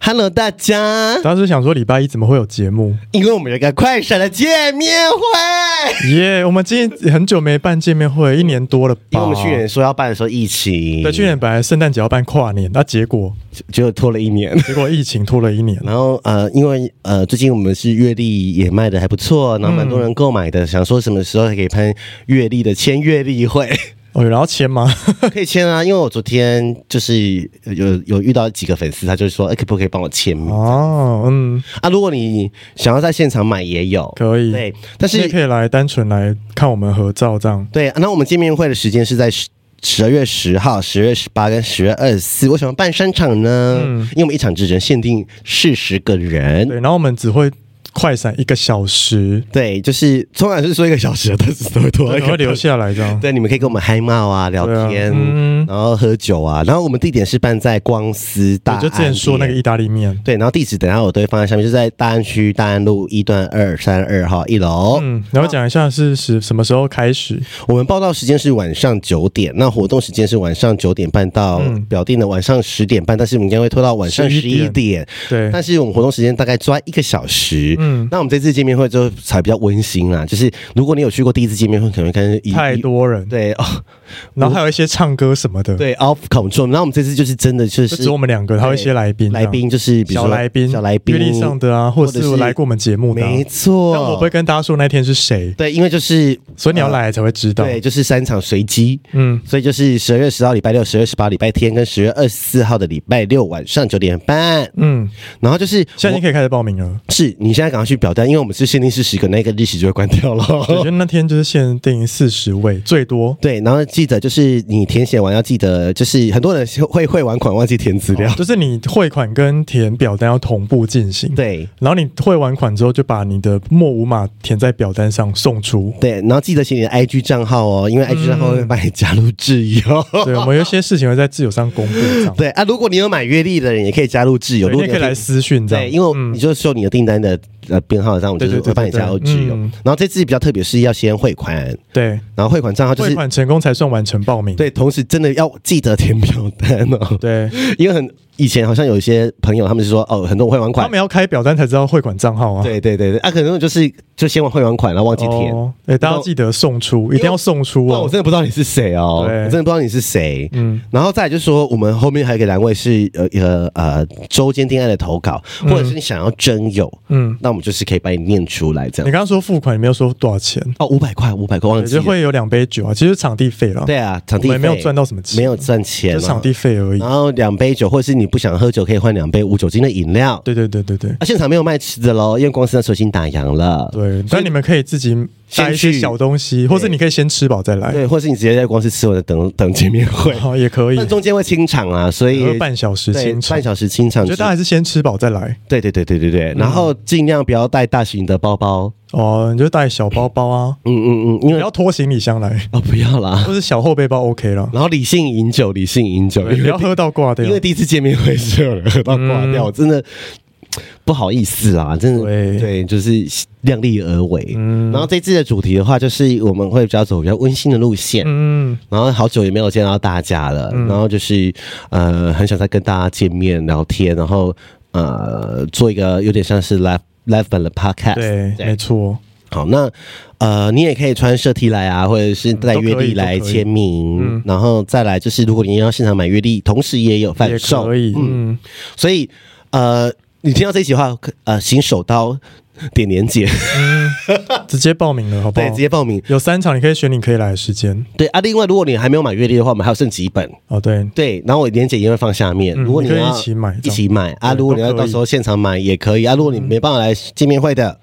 Hello，大家， 当时想说礼拜一怎么会有节目？因为我们有个快闪的见面会，耶、我们今天很久没办见面会，一年多了吧？因为我们去年说要办的时候疫情，对去年本来圣诞节要办跨年，那、结果结果拖了一 年。结果疫情拖了一年然后呃，因为呃，最近我们是月历也卖的还不错，然后蛮多人购买的，想说什么时候可以办月历的签月历会，哦，有人要签吗？ 可以签啊。因为我昨天就是呃有有遇到几个粉丝，他就说，哎、可不可以帮我签名哦，嗯，啊？如果你想要在现场买也有，可以。对，但你也是可以来单纯来看我们合照这样。对，那我们见面会的时间是在十十二月十号、十月十八跟十月二十四。为什么办三场呢？因为我们一场只能限定四十个人。嗯对，然后我们只会快闪一个小时，对，就是通常是说一个小时，但是都会拖然后留下来这样。对，你们可以跟我们嗨闹啊，聊对啊天，嗯然后喝酒啊。然后我们地点是办在光思大我岸就之前说那个边意大利面，对，然后地址等一下我都会放在下面，就在大安区大安路一段二三二号一楼。嗯，然后讲一下是是什么时候开始，我们报道时间是晚上九点，那活动时间是晚上九点半到嗯表定的晚上十点半，但是我们应该会拖到晚上十一11点。对，但是我们活动时间大概抓一个小时。嗯，那我们这次见面会就才比较温馨啦，就是如果你有去过第一次见面会，可能会跟一太一多人，对哦 然后还有一些唱歌什么的，，对 off control。那我们这次就是真的就就是只有我们两个，还有一些来宾，啊来宾就是比如小说来宾、小来宾阅历上的啊，或者或者是是来过我们节目的啊、没但我错不，会跟大家说那天是谁，对，因为就是所以你要来才会知道。呃对，就是三场随机。嗯，所以就是十二月十号礼拜六、十二月十八礼拜天跟十月二十四号的礼拜六晚上九点半，嗯，然后就是现在我你可以开始报名了。是你现在赶快去表单，因为我们是限定是十个，那个日期就会关掉我觉 了。得那天就是限定四十位最多。对，然后记得就是你填写完要记得，就是很多人会汇完款忘记填资料。就是你汇款跟填表单要同步进行，。对然后你汇完款之后，就把你的末五码填在表单上 。送出对，然后记得写你的 IG 账号哦，因为嗯 IG 账号会帮你加入挚友。 对，我们有一些事情会在自由上公布这样。对啊，如果你有买月历的人，也可以加入挚友。对，如果你也你可以来有私讯这样。对，因为你就说你的订单的呃编号，这样我就是嗯对对对会帮你加入对对挚友。嗯然后这次比较特别是要先汇款，对，然后汇款账号就汇是款成功才算完成报名。对，同时真的要记得填表单哦，对，因为很以前好像有一些朋友他们是说哦，很多人汇完他款，们要开表单才知道汇款账号啊。对对对对，啊，可能就是就先汇完款，然后忘记填。哦，哎、大家记得送出，一定要送出哇，我哦。真的不知道你是谁哦，我对真的不知道你是谁。嗯，然后再来就是说，我们后面还有一个栏位是呃呃呃周间定案的投稿，或者是你想要征友，嗯，那我们就是可以把你念出来这你样。刚刚说付款，你没有说多少钱，哦，五百块，五百块忘也记就了。会有两杯酒啊，其实场地费啦，对啊，场我地们也没有费赚到什么钱，没有赚钱就啊，场地费而已然。后两杯酒，或者是你不想喝酒，可以换两杯无酒精的饮料。对对对对对啊，现场没有卖吃的喽，因为公司那时候已经打烊了。对，但你们可以自己带一先些去小东西，或是对你可以先吃饱再来，对，或是你直接在公司吃完的等等见面 会，好也可以但，中间会清场啊，所以有半小时对清场半。小时清场我觉得大家还嗯是先吃饱再来对对对对对对，然后尽量不要带大型的包包，哦，你就带小包包啊，嗯嗯嗯，因不为要拖行李箱来，哦不要啦，或是小后背包 OK 了，然后理性饮酒，理性饮酒，对哦因不为要喝到挂掉因。为第一次见面会是有人喝到挂掉，我真的不好意思啦，真的对对，就是量力而为。嗯然后这次的主题的话，就是我们会比较走比较温馨的路线。嗯，然后好久也没有见到大家了，然后就是呃，很想再跟大家见面聊天，然后呃，做一个有点像是 live live 版的 podcast。对，没错，好，那呃，你也可以穿设 T 来啊，或者是带都可以月历来都可以嗯签名，然后再来就是，如果你要现场买月历，同时也有贩也售，可以，嗯。所以呃，你听到这一集的话，可呃，行手刀点连哦结，嗯直接报名了，好不好？对，直接报名。有三场，你可以选你可以来的时间。对啊，另外如果你还没有买月历的话，我们还有剩几本，哦，对，对，然后我连结也会放下面。嗯如果你可以要一起买一起买啊，对如果你要都可以到时候现场买也可以啊，如果你没办法来见面会的。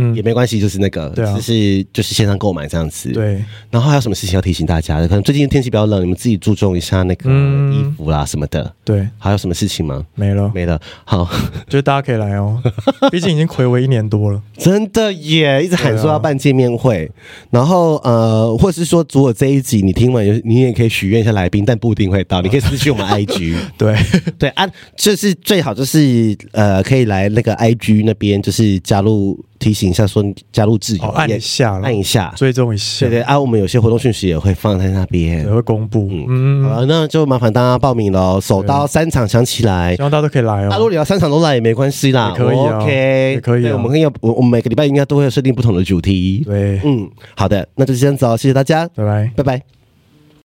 嗯也没关系，就是那个，对啊就是就是线上购买这样子。，对，然后还有什么事情要提醒大家的？可能最近天气比较冷，你们自己注重一下那个嗯衣服啦什么的。对，还有什么事情吗？没了，没了。好，就是大家可以来 哦。毕竟已经暌违一年多了，真的耶，一直喊说对啊要办见面会，然后呃，或是说，如果这一集你听完，有你也可以许愿一下来宾，但不一定会到，你可以私 讯我们 IG。 对，对啊，就是最好就是呃，可以来那个 IG 那边，就是加入提醒一下说你加入挚友，哦，按也一下了按，一下，追踪一下对，对啊，我们有些活动讯息也会放在那边也。会公布。嗯，好了，那就麻烦大家报名喽，手刀三场抢起来希。望大家都可以来啊，如果哦。你要三场都来也没关系啦，也可以啊我 OK，也可以啊对，我们可以，我我们每个礼拜应该都会设定不同的主题。对，嗯嗯，好的，那就这样子哦，谢谢大家，拜拜。拜拜。